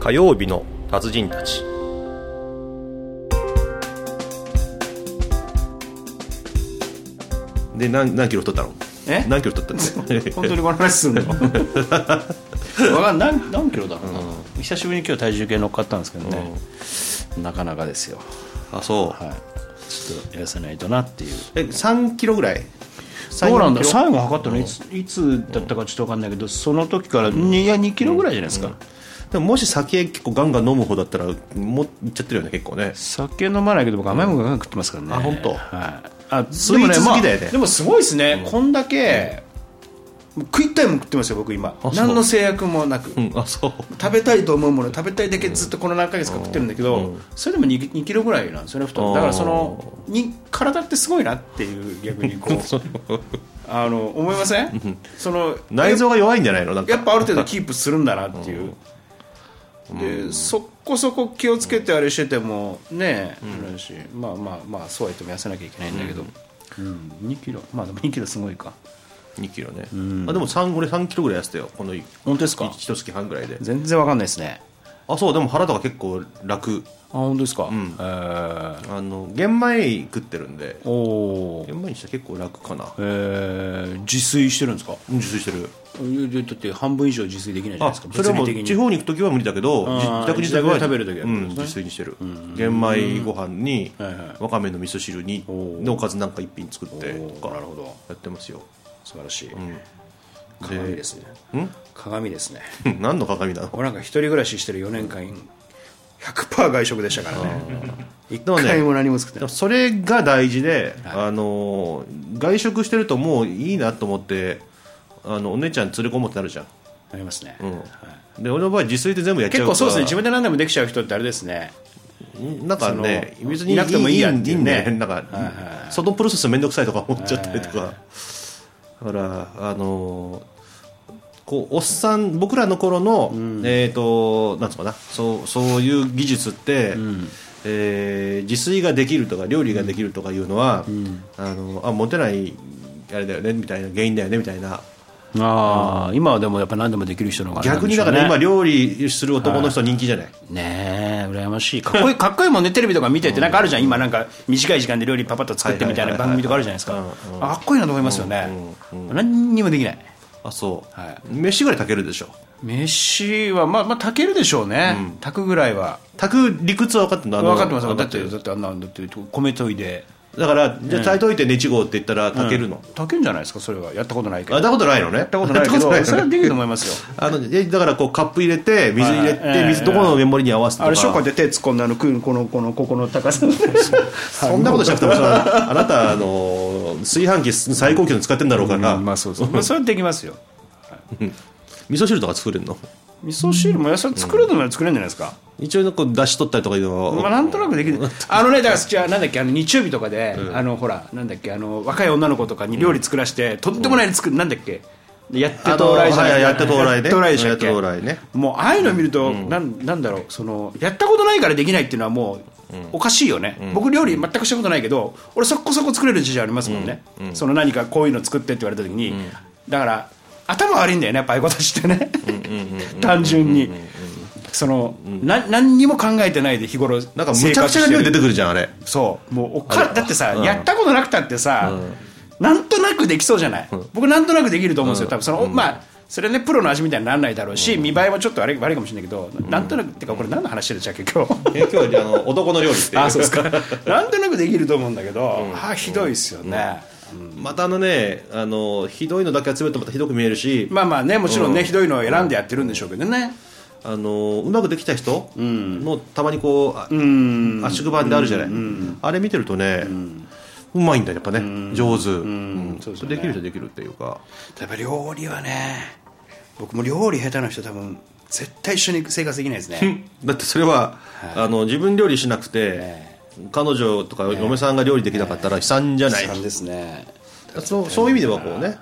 火曜日の達人たちで何何キロ取ったのえ何キロ取ったんですか本当にこの話す んのわかん何何キロだろうな、久しぶりに今日体重計乗っかったんですけどね、なかなかですよ あそう、はいちょっと痩せないとなっていうえ3キロぐらいどうなん3 4だキロ最後測ったのいついつだったかちょっと分かんないけどその時からにいや2キロぐらいじゃないですか、でももし酒結構ガンガン飲む方だったらもういっちゃってるよね結構ね酒飲まないけど僕甘いものガンガン食ってますからねあ本当はいあスイーツでも好きだよねまあでもすごいですね、こんだけもう食いたいもん食ってますよ僕今そう何の制約もなく、うんあそう食べたいと思うもの食べたいだけずっとこの何ヶ月か食ってるんだけど、それでも 2, 2キロぐらいなんですよね太るだからそのに体ってすごいなっていう逆に こうあの思いませんその内臓が弱いんじゃないのなんかやっぱある程度キープするんだなっていう、でそこそこ気をつけてあれしててもねえ、あれだしまあまあまあそうは言っても痩せなきゃいけないんだけど、うん2キロまあでも2キロすごいか2キロね、あでも3俺3キロぐらい痩せたよこの1本当ですか月半ぐらいで全然わかんないですねあそうでも腹とか結構楽あ本当ですか、えーあの玄米食ってるんでおお玄米にしては結構楽かなえー、自炊してるんですかうん自炊してるいやだって半分以上自炊できないじゃないあですかそれはもう物理的に地方に行く時は無理だけどあ自ー自宅自宅は自宅で食べる時はうん自炊にしてる玄米ご飯にはいはわかめの味噌汁におーでおかずなんか一品作っておとーなるかほどやってますよ 素晴らしい、鏡ですね鏡ですねうん何の鏡 なの俺なんか一人暮らししてる4年間100%外食でしたからね一でもね回も何も作っでてなもいそれが大事で、あのー外食してるともういいなと思ってあのお姉ちゃん連れ込もうってなるじゃん、ありますね、はいで俺の場合自炊で全部やっちゃうから結構そうですね自分で何でもできちゃう人ってあれですね分なんかねその別にいなくてもいいやっていうねんだよなんか、そのプロセス面倒くさいとか思っちゃったりとか、だからあのーこうおっさん僕らの頃の、えっ、となんつうのかなそうそういう技術って、えー自炊ができるとか料理ができるとかいうのは、あのあモテないあれだよねみたいな原因だよねみたいなああ、今はでもやっぱ何でもできる人の方が逆にだから、今料理する男の人人気じゃない、ねえ羨ましいかっこ いいかっこいいもんねテレビとか見ててなんかあるじゃん今なんか短い時間で料理パパッと作ってみたいな番組とかあるじゃないですかあかっこいいなと思いますよね何にもできないあそう、はい飯ぐらい炊けるでしょ飯はまあまあ炊けるでしょうね炊くぐらいは炊く理屈は分かってんのあの分かってますあのだってだってあんなだって米研いでだからじゃあ炊いといてねちごうって言ったら炊けるの、炊けんじゃないですかそれはやったことないけどあやったことないのねややったことないけどったことそれはのできると思いますよあのえだからこうカップ入れて水入れはいてはい水どこのメモリに合わせて あとれショッカーかで手突っ込んだあのこのこのここの高さ そんなことしなくてもさあなたあの炊飯器最高級の使ってんだろうからまあそうそうまあそれはできますよ味噌汁とか作れるの味噌汁も野菜作れるのは作れるんじゃないですか一応こう出汁取ったりとかいうのまあ、はなんとな くできるあのねだからじゃあなんだっけあの日曜日とかで、あのほらなんだっけあの若い女の子とかに料理作らして、とんでもないの作るなんだっけやって到来じゃあのなはいいやって到来ねやって到来でしたっけやって到来ねもうああいうの見ると、なんなんだろうそのやったことないからできないっていうのはもう、おかしいよね、僕料理全くしたことないけど俺そこそこ作れる自信ありますもんね、その何かこういうの作ってって言われた時に、だから頭悪いんだよねやっぱああいうことしてね単純にその、な何にも考えてないで日頃なんかむちゃくちゃな量出てくるじゃんあれそうもうおかだってさ、やったことなくたってさ、なんとなくできそうじゃない、僕なんとなくできると思うんですよ多分その、まあそれねプロの味みたいにならないだろうし、見栄えもちょっとあれ悪いかもしれないけど、なんとなくってかこれ何の話してるじゃっけ今 日え今日あの男の料理ってあそうですか なんとなくできると思うんだけど、ああひどいですよね、またあのねあのひどいのだけ集めるとまたひどく見えるしまあまあねもちろんね、ひどいのを選んでやってるんでしょうけどね、あのうまくできた人のたまにこうあ圧縮版であるじゃないあれ見てるとねうまいんだよやっぱね上手うんそうですよねできる人できるっていうかやっぱ料理はね僕も料理下手な人多分絶対一緒に生活できないです ねだってそれはあの自分料理しなくて彼女とか嫁さんが料理できなかったら悲惨じゃない悲惨ですねそうそういう意味ではこうね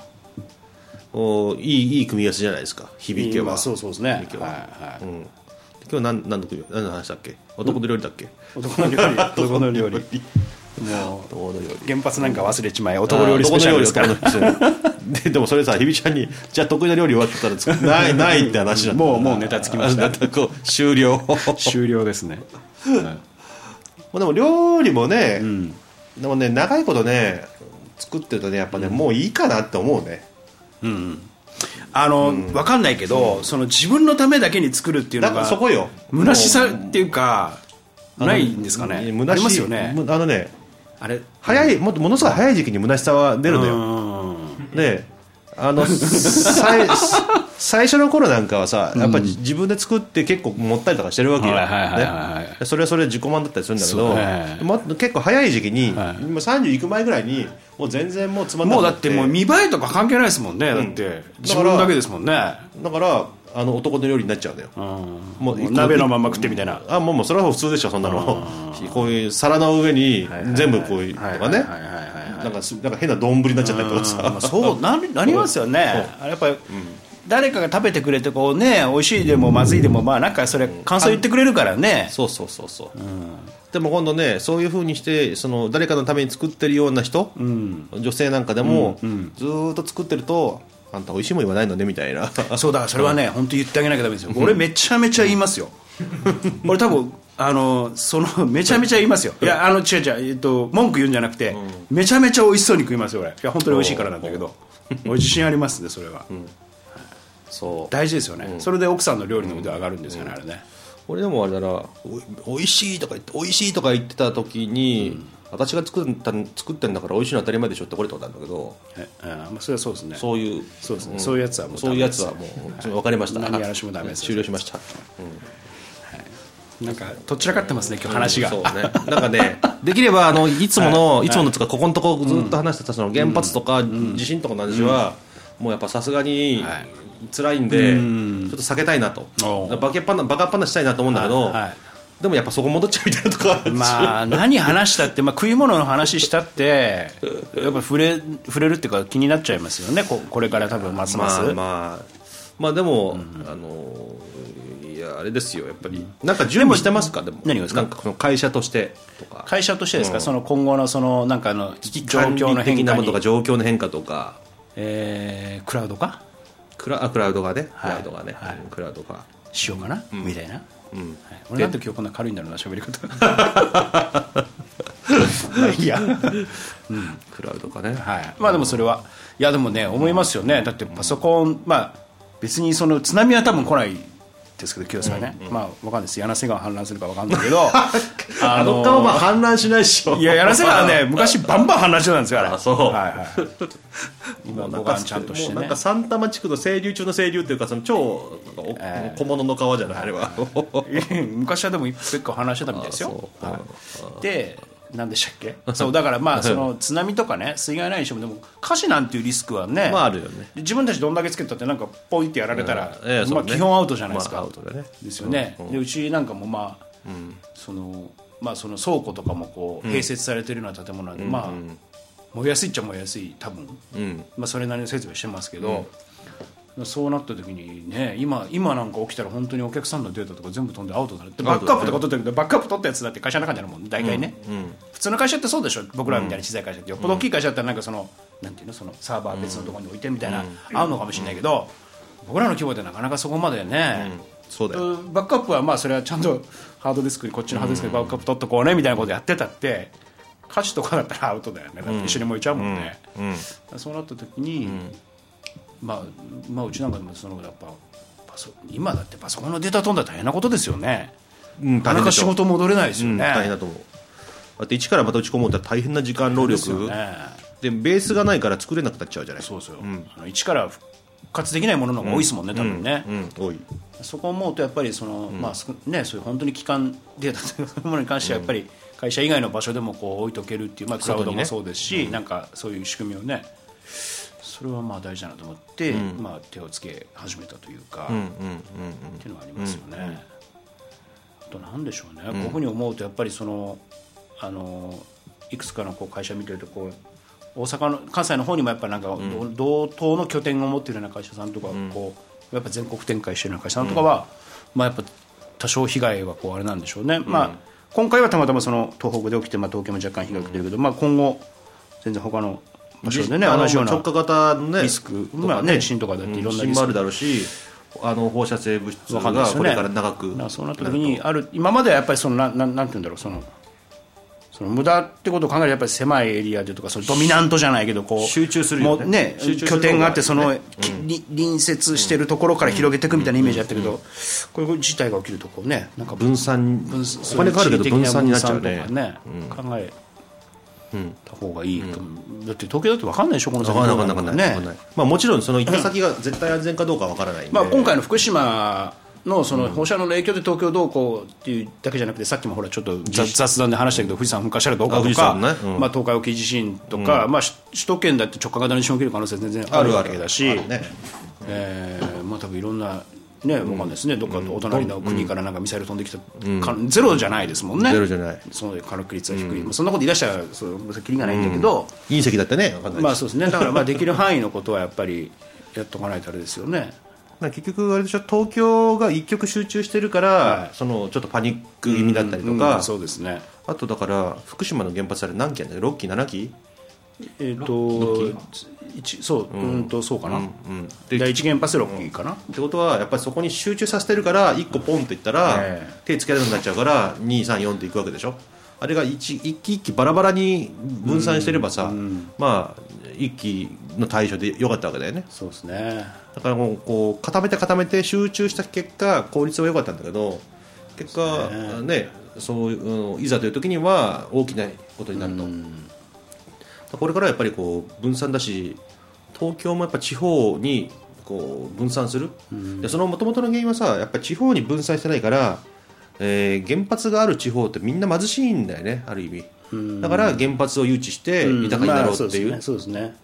こういいいい組み合わせじゃないですか響けまはあそうそうですねはい響けははい今日何何の組み合わせ何の話だっけ男の料理だっけ男の料理男の料理もう男の料理原発なんか忘れちまえ男料理スペシャルですから男の料理男の料理ででもそれさひびちゃんにじゃあ得意な料理終わってたら作ないないって話なんだもうもうネタつきましたたこう終 了ま終了ですねあでも料理もね、でもね長いことね作ってるとねやっぱね、もういいかなって思うねあの、わかんないけど、その自分のためだけに作るっていうだのからがそこよ虚しさっていうかもうないんですかねありむなしいますよねむあのねあれ早いもっとものすごい早い時期に虚しさは出るのよ、うんであの 最最初の頃なんかはさやっぱり自分で作って結構持ったりとかしてるわけよ、はいはいはいはいねそれはそれで自己満だったりするんだけそうど、ねもっと結構早い時期に、はいもう30いく前ぐらいにもう全然もうつまんなもくうなだってもう見栄えとか関係ないですもんねだって自分だけですもんねだからあの男の料理になっちゃうのよももううん鍋のまんま食ってみたいなあもうもうそれは普通でしょそんなのこういう皿の上に全部こういうとかねはいはいはいはいなんかすなんか変な丼になっちゃったりとかまあさそうなりなりますよね、あれやっぱり、誰かが食べてくれてこう、ね、美味しいでもまずいでも、まあ、なんかそれ、感想言ってくれるから ね、そうそうそうそう、でも今度ねそういうふうにしてその誰かのために作ってるような人、女性なんかでも、ずーっと作ってるとあんた美味しいもん言わないのねみたいなそうだからそれはね、本当言ってあげなきゃだめですよ、俺、めちゃめちゃ言います よ、俺、多分あのそのめちゃめちゃ言いますよ、いや、あの違う違う、えっと、文句言うんじゃなくて、めちゃめちゃ美味しそうに食いますよ、俺、いや、本当に美味しいからなんだけど、俺、自信ありますね、それは、そう大事ですよね、それで奥さんの料理の腕上がるんですよね、あれね。俺でもあれだなお美味しいとか言って美味しいとか言ってた時に、私が作った作ってんだから美味しいの当たり前でしょってこれたことあるんだけどええーまあ、それはそうですねそういうそうですねそういうやつはもうそういうやつはもう分かりました何やらしてもダメです終了しましたなんかとっちらかってますね今日話が、そうねなんかねできればあのいつもの、い、つものつかここのとこずっと話してたその原発とか、地震とかの話は、もうやっぱさすがにはい辛いんで、ちょっと避けたいなとおうバケっぱなバカっぱなしたいなと思うんだけど、はいはいでもやっぱそこ戻っちゃうみたいなとかまあ何話したって、まあ、食い物の話した ってやっぱ触れ触れるっていうか気になっちゃいますよねここれから多分ますまます、あまあまあでも、あのいやあれですよやっぱりなんか準でも備してますかでも何がですかなんかこの会社としてとか会社としてですか、その今後のそのなんかあの状管理況の変的な化ものとにか、状況の変化とかえークラウド化クラあクラウドがね、はクいラウドがね、はいうんクラウドがしようかな、みたいな、んはい俺なんで今日こんな軽いんだろうな喋り 方まあいいやクラウドかね、はい、まあでもそれはいやでもね思いますよねだってパソコンまあ別にその津波は多分来ないですけど清瀬はね、まあわかんないです柳瀬川氾濫するかわかんないけど ああの川は氾濫しないでしょいや柳瀬川はね昔バンバン氾濫してたんですからあそうはいはい、今なん護か岸ちゃんとしもてうなんねか三多摩地区の清流中の清流っていうかその超なんかおえ小物の川じゃないあれは 昔はでも結構話してたみたいですよあそうはいで何でしたっけそうだからま あその津波とかね水害ないにしてもでも火事なんていうリスクはね、まああるよね自分たちどんだけつけたってなんかポイってやられたら、 ええそまうあ、ね基本アウトじゃないですまあか、アウトだねですよね、でうちなんかもまあ、そのまあその倉庫とかもこう併設されてるような建物なんで、まあ燃えやすいっちゃ燃えやすい多分、んまあそれなりの設備はしてますけど、そうなった時にね今今なんか起きたら本当にお客さんのデータとか全部飛んでアウトだねってバックアップとか取ってるけどバックアップ取ったやつだって会社の中にあるもんね大体ね、普通の会社ってそうでしょ僕らみたいな小さい会社ってよっぽど大きい会社だったらなんかそのなんていうのそのサーバー別のところに置いてみたいな、合うのかもしれないけど、僕らの規模でなかなかそこまでね、そうだようんバックアップはまあそれはちゃんとハードディスクにこっちのハードディスクにバックアップ取っとこうねみたいなことやってたって歌手とかだったらアウトだよねだって一緒に燃えちゃうもんね、そうなった時に、まあ、まあうちなんかでもそのやっぱパソ今だってパソコンのデータ飛んだら大変なことですよねうんなかなか仕事戻れないですようんね、大変だと思うだって一からまた打ち込もうって大変な時間労ですよ力ねでベースがないから作れなくなっちゃうじゃないそうそう、あの一から復活できないものの方が多いですもんね、多分ね、うん多いそこを思うとやっぱりその、まあすね、そういう本当に基幹データ というものに関してはやっぱり会社以外の場所でもこう置いとけるっていう、まあ、クラウド外にもねそうですし、なんかそういう仕組みをねそれはまあ大事だなと思って、まあ、手をつけ始めたというか、っていうのはありますよね。あとなんでしょうね、こういうふうに思うとやっぱりそのあのいくつかのこう会社見てるとこう大阪の関西の方にもやっぱなんか、同等の拠点を持っているような会社さんとか、こうやっぱ全国展開しているような会社さんとかは、まあやっぱ多少被害はこうあれなんでしょうね、まあ今回はたまたまその東北で起きて、まあ、東京も若干被害が出てるけど、まあ、今後全然他の場所でねあの同じような直下型のねリスク、とかまあね、地震とかだっていろんな地震リもスクあるだろうしあの放射性物質わかんないでがすよこねれから長くだからそうなった時にある今まではやっぱりそのなんなんなんて言うんだろうそのその無駄ってことを考えるとやっぱり狭いエリアでとかそのドミナントじゃないけどこう集中するよねもうね集中する方拠が点があってその、ねきり隣接してるところから広げていくみたいなイメージだったけど、こういう事態が起きるとこうねなんか分散お金かかるけど分散になっちゃうね地理的な分散とかね考えた方がいいと思う、だって東京だって分かんないでしょこのわ先かんないわかんないわかんないわかんねないまあもちろんその行った先が絶対安全かどうかわからないんでまあ、今回の福島のその放射能の影響で東京どうこうっていうだけじゃなくてさっきもほらちょっと雑雑談で話したけど富士山噴火したらどうかあと富士か、山ねうんまあ、東海沖地震とか、まあ、し首都圏だって直下型の地震起きる可能性全然あるわけだしあるねえーまあ、多分いろんな、ねわかんないですねどっかお隣の国からなんかミサイル飛んできた、かゼロじゃないですもんねゼロじゃないその火力率は低い、まあそんなこと言い出したらそのキリがないんだけど、隕石だってねわかんないしまあ、そうですねだからまあできる範囲のことはやっぱりやっとかないとあれですよね。なんか結局あれでしょ東京が一極集中してるから、そのちょっとパニック気味だったりとか、うんそうですねあとだから福島の原発あれ何基あんだっけ6基7基えっ、と一そううんとそうかな、うんでっ第一原発ロッキーかな、てことはやっぱりそこに集中させてるから1個ポンといったら、え手つけられなくなっちゃうから234っていくわけでしょあれが一一機一機バラバラに分散してればさ、まあ一機の対処でよかったわけだよねそうですねだからもうこう固めて固めて集中した結果効率は良かったんだけど結果ねそういううんいざという時には大きなことになると、これからはやっぱりこう分散だし東京もやっぱ地方にこう分散する、でその元々の原因はさやっぱり地方に分散してないから、えー原発がある地方ってみんな貧しいんだよねある意味、だから原発を誘致して豊かになろうっていうまあそうですねそうですね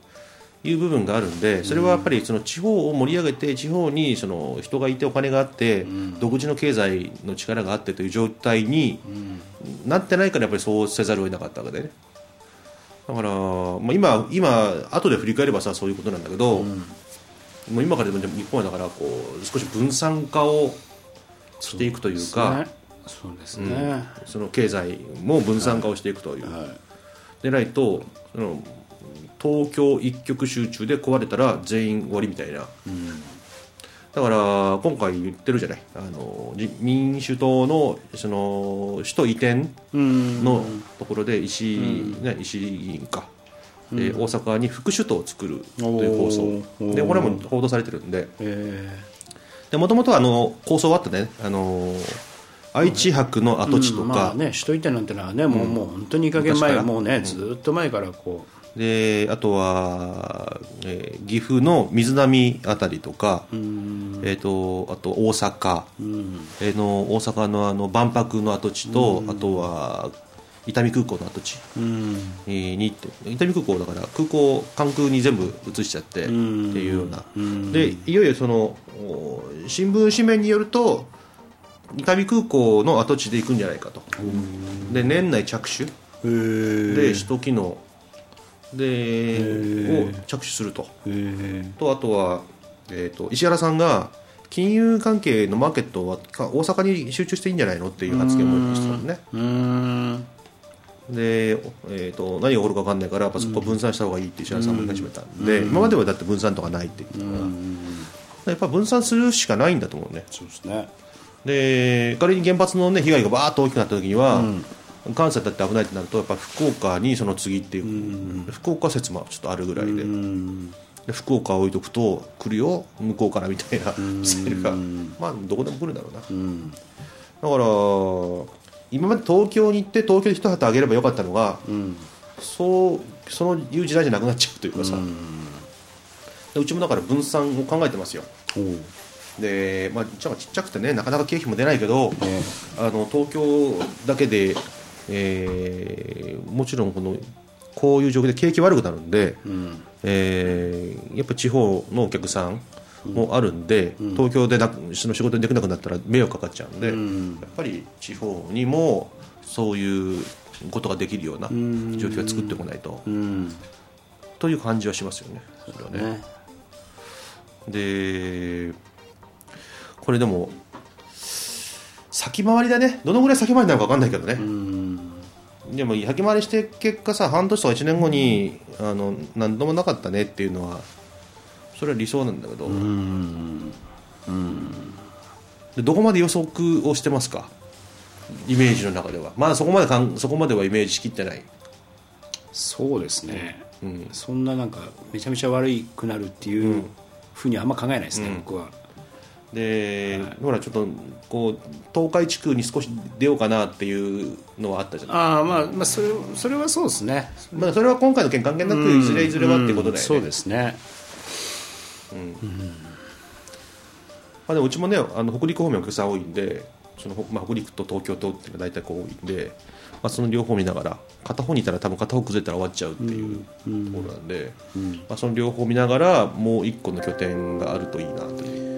いう部分があるんでそれはやっぱりその地方を盛り上げて地方にその人がいてお金があって独自の経済の力があってという状態になってないからやっぱりそうせざるを得なかったわけでねだから、まあ、今今後で振り返ればさそういうことなんだけど、もう今からでもでも日本はだからこう少し分散化をしていくというか。そうですね、その経済も分散化をしていくという、でないとその東京一極集中で壊れたら全員終わりみたいな、だから今回言ってるじゃないあのじ民主党のその首都移転のところで石,、ね、石井議員か、で大阪に副首都を作るという構お想ーでこれも報道されてるんで。えもともとはあの構想はあってね、あの愛知博のー跡地とか、うんまあね首都移転なんてのはねもう,、もう本当にいい加減前昔かがらもうね、ずーっと前からこうであとは、えー岐阜の水波あたりとか、えー、とあと大阪、えーの大阪のあの万博の跡地とあとは伊丹空港の跡地うんえーにって伊丹空港だから空港関空に全部移しちゃってっていうようなでいよいよそのお新聞紙面によると伊丹空港の跡地で行くんじゃないかとで年内着手えー、で首都機能でを着手するとえーとあとは、えー、と石原さんが金融関係のマーケットはか大阪に集中していいんじゃないのっていう発言もしてたのねうーんで、えー、と何が起こるか分かんないからやっぱそこ分散した方がいいって石原さんも言い始めたんで今まではだって分散とかないって言ってたからやっぱ分散するしかないんだと思うねそうですねで仮に原発の、ね、被害がバーッと大きくなった時には、関西だって危ないってなるとやっぱ福岡にその次っていう、福岡説もちょっとあるぐらいで,、で福岡を置いとくと来るよ向こうからみたいなセールが、まあ、どこでも来るんだろうな、だから今まで東京に行って東京で一旗あげればよかったのが、そうそういう時代じゃなくなっちゃうというかさ、でうちもだから分散を考えてますよおうで、まあ、じゃあちっちゃくてねなかなか経費も出ないけど、えあの東京だけで、えーもちろんこのこういう状況で景気悪くなるんで、えーやっぱ地方のお客さんもあるんで、東京でなくその仕事にできなくなったら迷惑かかっちゃうんで、やっぱり地方にもそういうことができるような状況を作ってこないと、うんという感じはしますよね。それはねねでこれでも先回りだねどのぐらい先回りなのか分かんないけどねでも先回りして結果さ半年とか1年後にあの何度もなかったねっていうのはそれは理想なんだけどでどこまで予測をしてますかイメージの中ではまだそこまでかんそこまではイメージしきってないそうですね、そんななんかめちゃめちゃ悪くなるっていうふうにはあんま考えないですね、僕はで、ほらちょっとこう東海地区に少し出ようかなっていうのはあったじゃないああまあまあそれそれはそうですねまあ、それは今回の件関係なくいずれいずれはってことだよね、そうですねまあ、でもうちもねあの北陸方面お客さん多いんでその、ほまあ、北陸と東京とっていうのが大体こう多いんで、まあ、その両方見ながら片方にいたら多分片方崩れたら終わっちゃうっていうところなんで、まあ、その両方見ながらもう一個の拠点があるといいなという。